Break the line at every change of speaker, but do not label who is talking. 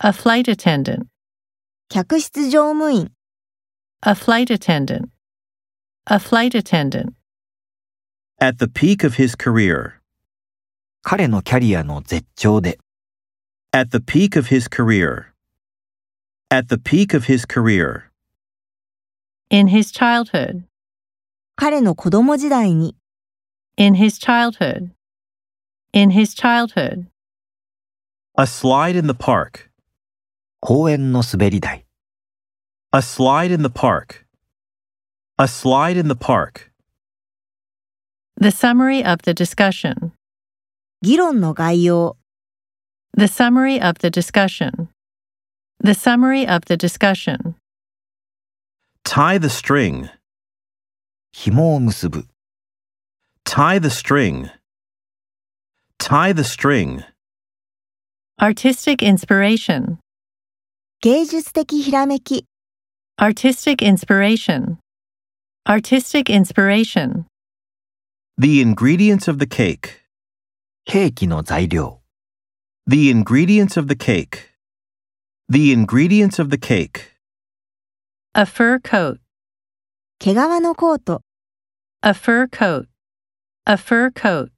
a flight attendant,
客室乗務員、
a flight attendant, a flight attendant,
At the peak of his career.
彼のキャリアの絶頂で、
At the peak of his career. At the peak of his career.
in his childhood,
彼の子供時代に、
in his childhood, in his childhood,
A slide in the park.
公園の滑り台、
A slide in the park. A slide in the park.
the summary of the discussion,
議論の概要、
the summary of the discussion, the summary of the discussion,
Tie the string.
紐を結ぶ、
Tie the string. Tie the string.
artistic inspiration,
芸術的ひらめき、
artistic inspiration, artistic inspiration,
The ingredients of the cake.
ケーキの材料、
The ingredients of the cake. The ingredients of the cake.
a fur coat,
毛皮のコート。
a fur coat, a fur coat.